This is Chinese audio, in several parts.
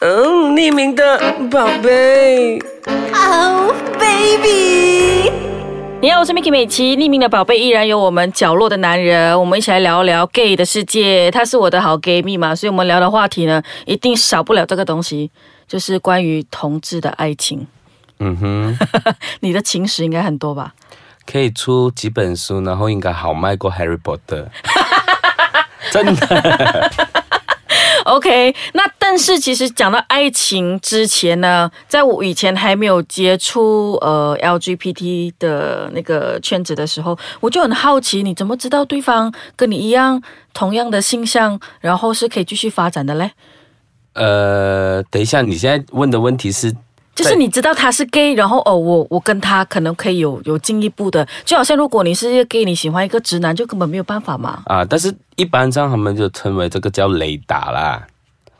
嗯，匿名的宝贝。 Oh baby，你好，我是 Miki 美琪，匿名的宝贝依然有我们角落的男人，我们一起来聊聊 gay 的世界。他是我的好 gay 蜜嘛，所以我们聊的话题呢，一定少不了这个东西，就是关于同志的爱情。嗯哼，你的情史应该很多吧？可以出几本书，然后应该好卖过 Harry Potter。真的， OK，那但是其实讲到爱情之前呢，在我以前还没有接触呃 LGBT 的那个圈子的时候，我就很好奇，你怎么知道对方跟你一样同样的性向，然后是可以继续发展的嘞？呃，等一下，你现在问的问题是，就是你知道他是 gay，然后哦，我我跟他可能可以有有进一步的，就好像如果你是一个 gay，你喜欢一个直男，就根本没有办法嘛。啊，但是一般上他们就称为这个叫雷达啦，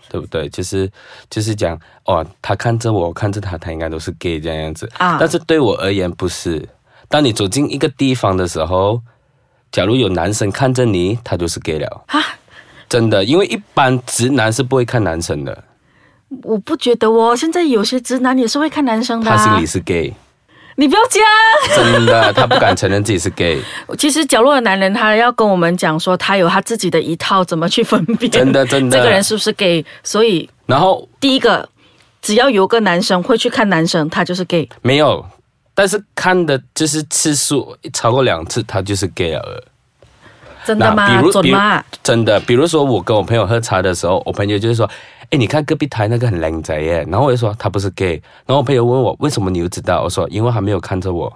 对不对？就是就是讲哦，他看着我，我看着他，他应该都是 gay 这样子啊但是对我而言不是。当你走进一个地方的时候，假如有男生看着你，他就是 gay 了。啊，真的，因为一般直男是不会看男生的，我不觉得哦，现在有些直男也是会看男生的、他啊。心里是 gay，、你不要讲。真的，他不敢承认自己是 gay。其实角落的男人他要跟我们讲说，他有他自己的一套怎么去分辨，真的真的这个人是不是 gay。所以然后第一个，只要有个男生会去看男生，他就是 gay。没有，但是看的就是次数超过两次，他就是 gay 了。真的那吗比？如准吗？真的，比如说我跟我朋友喝茶的时候，我朋友就是说：“哎，你看隔壁台那个很靓仔耶。”然后我就说他不是 gay。然后我朋友问我为什么你又知道，我说因为他没有看着我。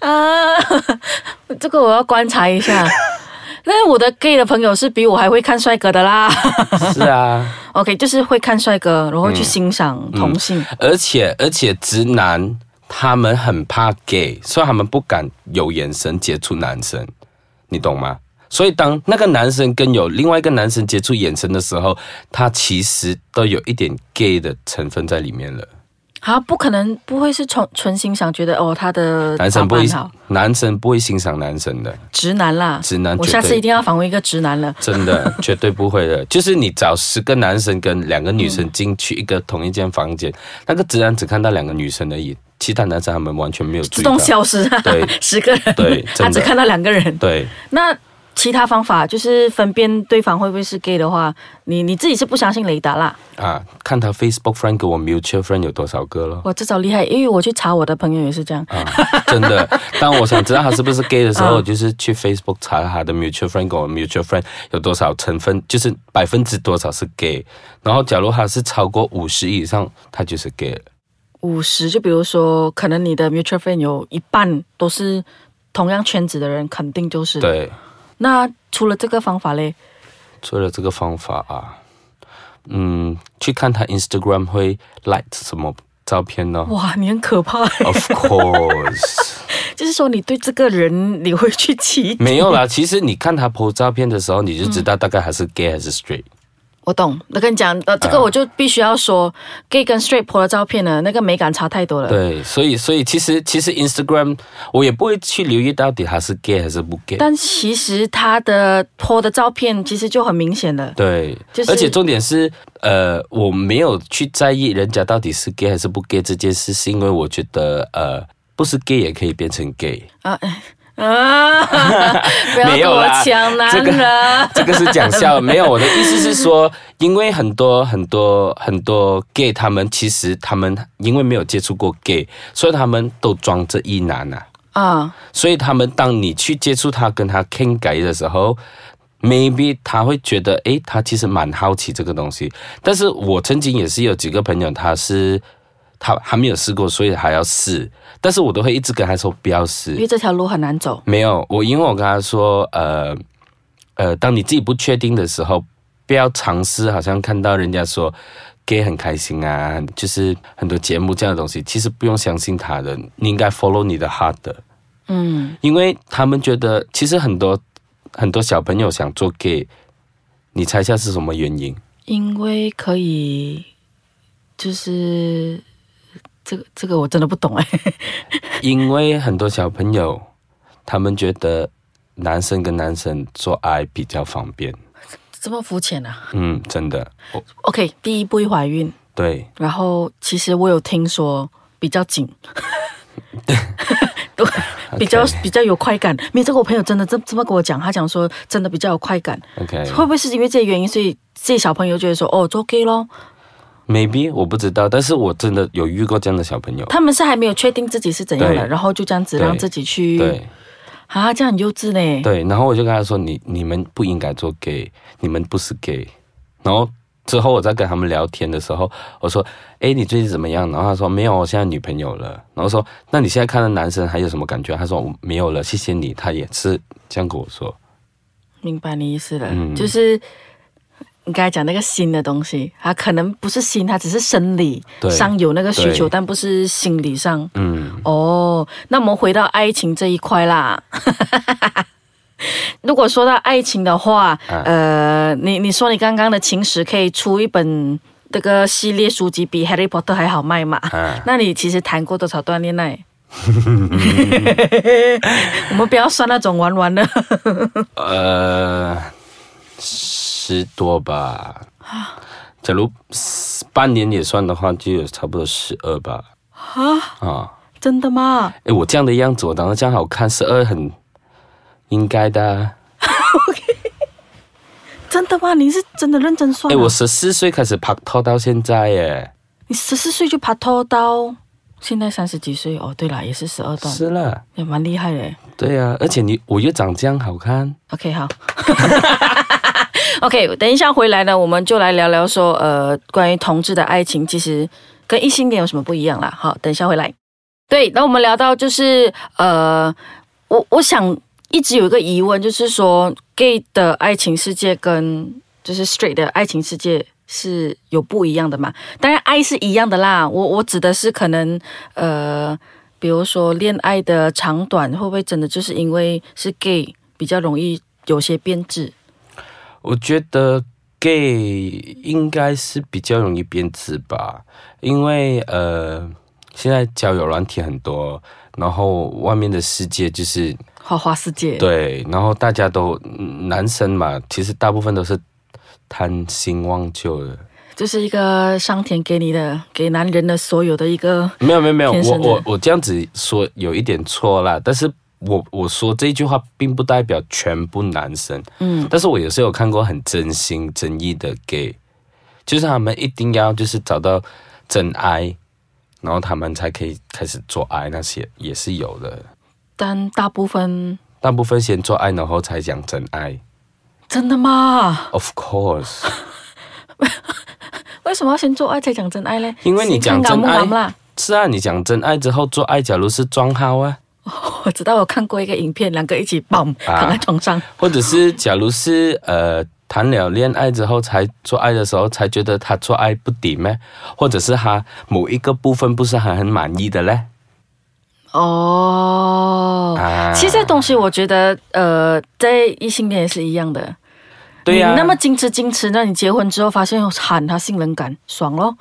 啊， 这个我要观察一 下。但是我的 gay 的朋友是比我还会看帅哥的 啦。是啊， OK，就是会看帅哥，然后去欣嗯赏同性。而且而且直男他们很怕 gay，所以他们不敢有眼神接触男生，你懂吗？所以当那个男生跟有另外一个男生接触眼神的时候，他其实都有一点 gay 的成分在里面了。啊，不可能，不会是纯纯欣赏，觉得哦，他的男生不打会扮好，男生不会欣赏男生的，直男啦，直男我绝下次对一定要访问一个直男了。真的绝对不会 的。就是你找十个男生跟两个女生进去一个同一间房间，那个直男只看到两个女生而已，其他男生他们完全没有注自意到动。消失，啊对 十个人，对他真只的看到两个人。对，那其他方法就是分辨对方会不会是 gay 的话，你你自己是不相信雷达啦。啊，看他 Facebook friend 跟我 mutual friend 有多少个咯。我这招厉害，因为我去查我的朋友也是这样。啊，真的。当我想知道他是不是 gay 的时嗯候，我就是去 Facebook 查他的 mutual friend 跟我 mutual friend 有多少成分，就是百分之多少是 gay。然后，假如他是超过五十以上，他就是 gay 了。五十，就比如说，可能你的 mutual friend 有一半都是同样圈子的人，肯定就是。。对，那除了这个方法嘞，除了这个方法啊，嗯，去看他 Instagram 会 like 什么照片呢哇，你很可怕。 ？Of course， 就是说，你对这个人你会去起。没有啦。其实你看他 po 照片的时候，你就知道大概还是 gay 还是 straight。我懂，我跟你讲，呃，啊这个我就必须要说、g a y 跟 straight 婆的照片呢，那个美感差太多了。对，所以所以其实其实 Instagram 我也不会去留意到底他是 gay 还是不 gay。但其实他的拖的照片其实就很明显了。对，就是而且重点是，呃，我没有去在意人家到底是 gay 还是不 gay 这件事，是因为我觉得，呃，不是 gay 也可以变成 gay。 啊哎啊！ 不要没跟有我啦抢男这个人。 这个是 讲笑，没有我的意思是说，因为很多很多很多 gay 他们其实他们因为没有接触过 gay，所以他们都装着一男啊。啊，所以他们当你去接触他跟他 king 改的时候，maybe 他会觉得，诶，他其实蛮好奇这个东西。但是我曾经也是有几个朋友，他是他还没有试过，所以还要试，但是我都会一直跟他说不要因为试。这条路很难走。没有，我因为我跟他说，呃呃，当你自己不确定的时候，不要尝试。好像看到人家说 gay 很开心啊，就是很多节目这样的东西，其实不用相信他的，你应该 follow 你的 heart 的。嗯，因为他们觉得其实很多很多小朋友想做 gay，你猜一下是什么原因？因为可以，就是这个这个我真的不懂哎。因为很多小朋友他们觉得男生跟男生做爱比较方便， 这么肤浅啊嗯，真的，我？OK，第一不会怀孕，对，然后其实我有听说比较 紧， 对，比较 OK 比较有快感。没有这个，我朋友真的这这么跟我讲，他讲说真的比较有快感。 OK 会不会是因为这些原因，所以这些小朋友就会说哦，做 gay 咯？ maybe 我不知道，但是我真的有遇过这样的小朋友，他们是还没有确定自己是怎样的，对然后就这样子对让自己去对啊，这样很幼稚呢。对，然后我就跟他说，你你们不应该做 gay，你们不是 gay，然后。之后我在跟他们聊天的时候，我说：“哎，你最近怎么样？”然后他说：“没有，我现在女朋友了。”然后说：“那你现在看到男生还有什么感觉？”他说：“我没有了，谢谢你。”他也是这样跟我说。明白你意思了，嗯就是你刚才讲那个新的东西，它可能不是新，它只是生理对上有那个需求，对但不是心理上。嗯，哦，那我们回到爱情这一块啦。 如果说到爱情的话，啊呃，你你说你刚刚的情史可以出一本这个系列书籍，比《Harry Potter》还好卖嘛？啊 那你其实谈过多少段恋爱？ 我们不要算那种玩玩的。 呃，十多吧。假如十半年也算的话，就有差不多十二吧。啊啊！真的吗？哎，我这样的样子，我长得这样好看，十二很应该的啊、真的吗？你是真的认真算、哎，啊？我十四岁开始拍拖到现在，耶，你十四岁就爬拖到现在三十几岁哦。对了，也是十二段，是了，也蛮厉害的。对啊，而且你我又长这样好看， OK，好。OK，等一下回来呢，我们就来聊聊说，呃，关于同志的爱情，其实跟异性恋有什么不一样啦？好，等一下回来。对，那我们聊到就是，呃，我我想一直有一个疑问，就是说，gay 的爱情世界跟就是 straight 的爱情世界是有不一样的嘛？当然，爱是一样的啦。我我指的是可能，呃，比如说恋爱的长短，会不会真的就是因为是 gay 比较容易有些变质？我觉得 gay 应该是比较容易变质吧，因为呃，现在交友软体很多，然后外面的世界就是花花世界，对，然后大家都嗯男生嘛，其实大部分都是贪新忘旧的。就是一个上天给你的，给男人的所有的一个没有没有没有，天我生的我我这样子说有一点错啦，但是我我说这句话并不代表全部男生，嗯，但是我有时候有看过很真心真意的 gay，就是他们一定要就是找到真爱，然后他们才可以开始做爱，那些也是有的，但大部分大部分先做爱，然后才讲真爱真的吗？ ，of course，为什么要先做爱才讲真爱嘞？因为你讲真先看爱敢不敢啦。是啊，你讲真爱之后做爱，假如是装好啊。我知道，我看过一个影片，两个一起绑啊躺在床上，或者是假如是呃谈了恋爱之后才做爱的时候，才觉得他做爱不抵咩？或者是他某一个部分不是还很满意的嘞？哦。啊其实这东西我觉得，呃，在异性恋也是一样的。对呀、你那么矜持矜持，那你结婚之后发现有喊他性冷感，爽咯。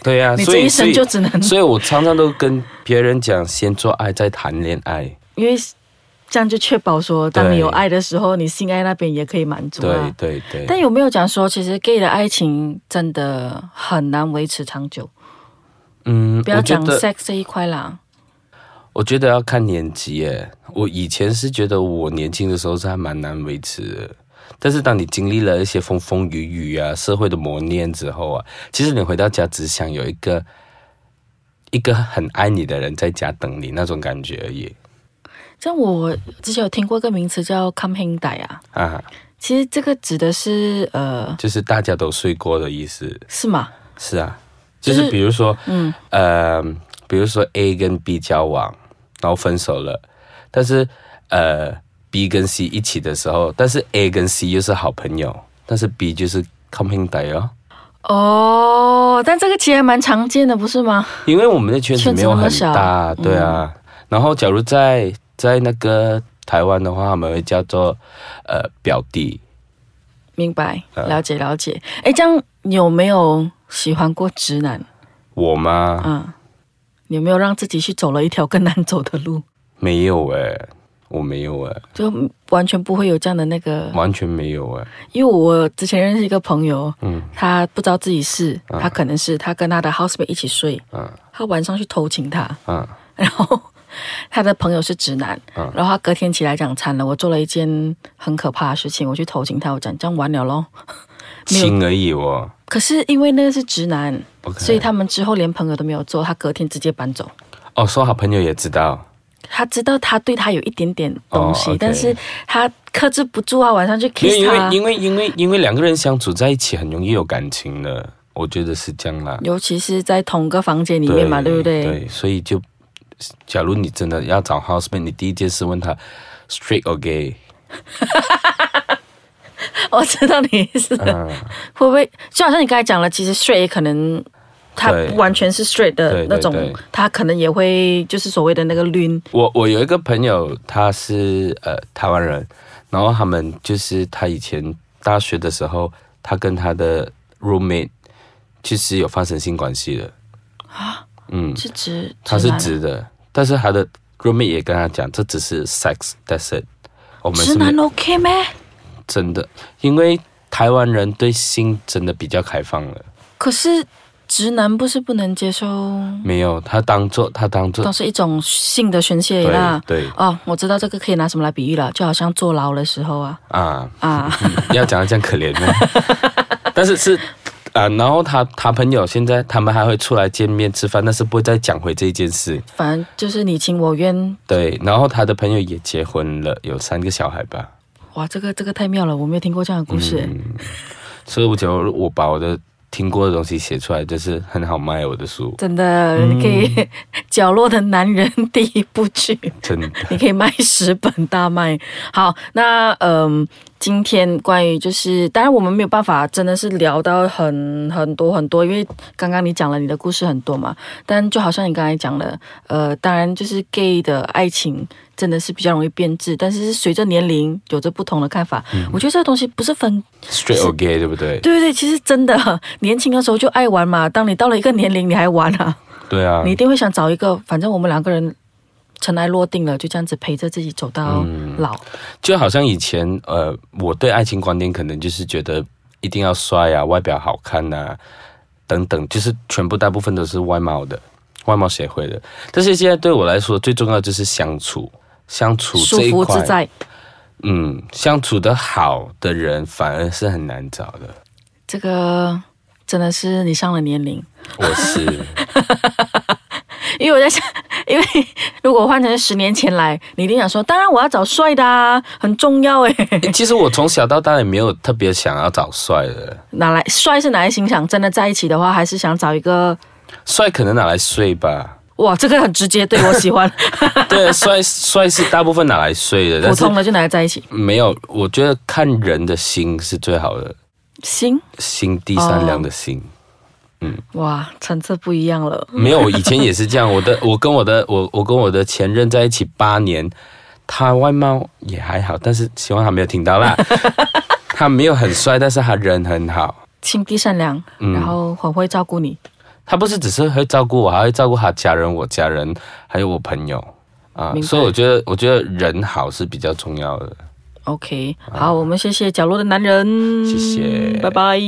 对呀、你所以这一生所以就只能所以我常常都跟别人讲，先做爱再谈恋爱。因为这样就确保说，当对你有爱的时候，你性爱那边也可以满足对啊。对对，但有没有讲说，其实 gay 的爱情真的很难维持长久？嗯，不要我觉讲得 sex 这一块啦，我觉得要看年纪耶。我以前是觉得我年轻的时候是还蛮难维持的，但是当你经历了一些风风雨雨啊、社会的磨练之后啊，其实你回到家只想有一个一个很爱你的人在家等你那种感觉而已像我之前有听过一个名词叫 “come hang die” 啊，啊，其实这个指的是呃，就是大家都睡过的意思。是吗？是啊，就就是是比如说，嗯，呃，比如说 A 跟 B 交往，然后分手了，但是呃 B 跟 C 一起的时候，但是 A 跟 C 又是好朋友，但是 B 就是 coming day 哦，哦，但这个其实还蛮常见的，不是吗？因为我们的圈子圈子没有那么很小嗯大，对啊。然后假如在在那个台湾的话，他们会叫做呃表弟，明白，呃了解了解。哎，这样你有没有喜欢过直男？我吗？啊嗯，你有没有让自己去走了一条更难走的路？ 没有诶、欸我没有哎、就完全不会有这样的那个。完全没有哎、因为我之前认识一个朋友，他不知道自己是，他可能是他跟他的 housemate 一起睡，啊他晚上去偷情他， 嗯然后他的朋友是直男，然后他隔天起来讲惨了，我做了一件很可怕的事情，我去偷情他，我讲这样完了咯。 没有亲而已哦。可是因为那个是直男 OK 所以他们之后连朋友都没有做，他隔天直接搬走。哦，说好朋友也知道，他知道他对他有一点点东西哦，OK 但是他克制不住啊，晚上去因 kiss 为因他为，因为因为因为两个人相处在一起很容易有感情的，我觉得是这样啦。尤其是在同个房间里面嘛，对不对？对，所以就，假如你真的要找 housemate，你第一件事问他 straight or gay，我哦知道你意 思，嗯会不会就好像你刚才讲了，其实 straight 也可能他对不完全是 straight 的对对那种对，他可能也会就是所谓的那个晕，我我有一个朋友，他是呃台湾人，然后他们就是他以前大学的时候，他跟他的 roommate 其实有发生性关系的，啊嗯是指他是男直的，但是他的 roommate 也跟他讲，这只是 sex，that's it，我们直是没男 OK 咩？真的，因为台湾人对性真的比较开放了，可是直男不是不能接受，没有他当做他当做都是一种性的宣泄对啦。对哦，我知道这个可以拿什么来比喻了，就好像坐牢的时候啊啊，啊， 要讲的这样可怜吗？ 但是是啊、然后他他朋友现在他们还会出来见面吃饭，但是不会再讲回这件事。反正就是你情我愿。对，然后他的朋友也结婚了，有三个小孩吧。哇，这个这个太妙了，我没有听过这样的故事。嗯所以我觉得我把我的听过的东西写出来，就是很好卖我的书，真的，嗯你可以 《角落的男人》第一部剧，真的。你可以卖十本大卖。好，那嗯、今天关于就是，当然我们没有办法真的是聊到很很多很多，因为刚刚你讲了你的故事很多嘛。但就好像你刚才讲的，呃，当然就是 gay 的爱情真的是比较容易变质，但是随着年龄有着不同的看法。我觉得这个东西不是分 Straight or gay，对不对？对对对，其实真的年轻的时候就爱玩嘛，当你到了一个年龄，你还玩啊？对啊你一，定会想找一个，反正我们两个人尘埃落定了，就这样子陪着自己走到老。就好像以前呃，我对爱情观点可能就是觉得一定要帅啊，外表好看啊，等等，就是全部大部分都是外貌的，外貌协会的。但是现在对我来说，最重要就是相处，相处舒这一服自块，在，嗯，相处的好的人反而是很难找的。这个真的是你上了年龄。我 是因为我在想，因为如果换成十年前来，你一定想说，当然我要找帅的啊，很重要欸诶。诶其实我从小到大也没有特别想要找帅的， 哪来帅是哪来欣赏？真的在一起的话，还是想找一个帅可能拿来睡吧。哇，这个很直接，对我喜 欢。对，帅帅是大部分拿来睡的，普但是通的就拿来在一起，没有，我觉得看人的心是最好的。行心地善良的心。哦哇，层次不一样了。没有，我以前也是这样。我的，我跟我的，我我跟我的前任在一起八年，他外貌也还好，但是希望他没有听 到啦。他没有很帅，但是他人很好。心地善良，嗯然后很会照顾你。他不是只是会照顾我，还会照顾他家人、我家人，还有我朋友啊明。白所以我觉得，我觉得人好是比较重要的。 OK，好，我们谢谢角落的男人，谢谢拜拜。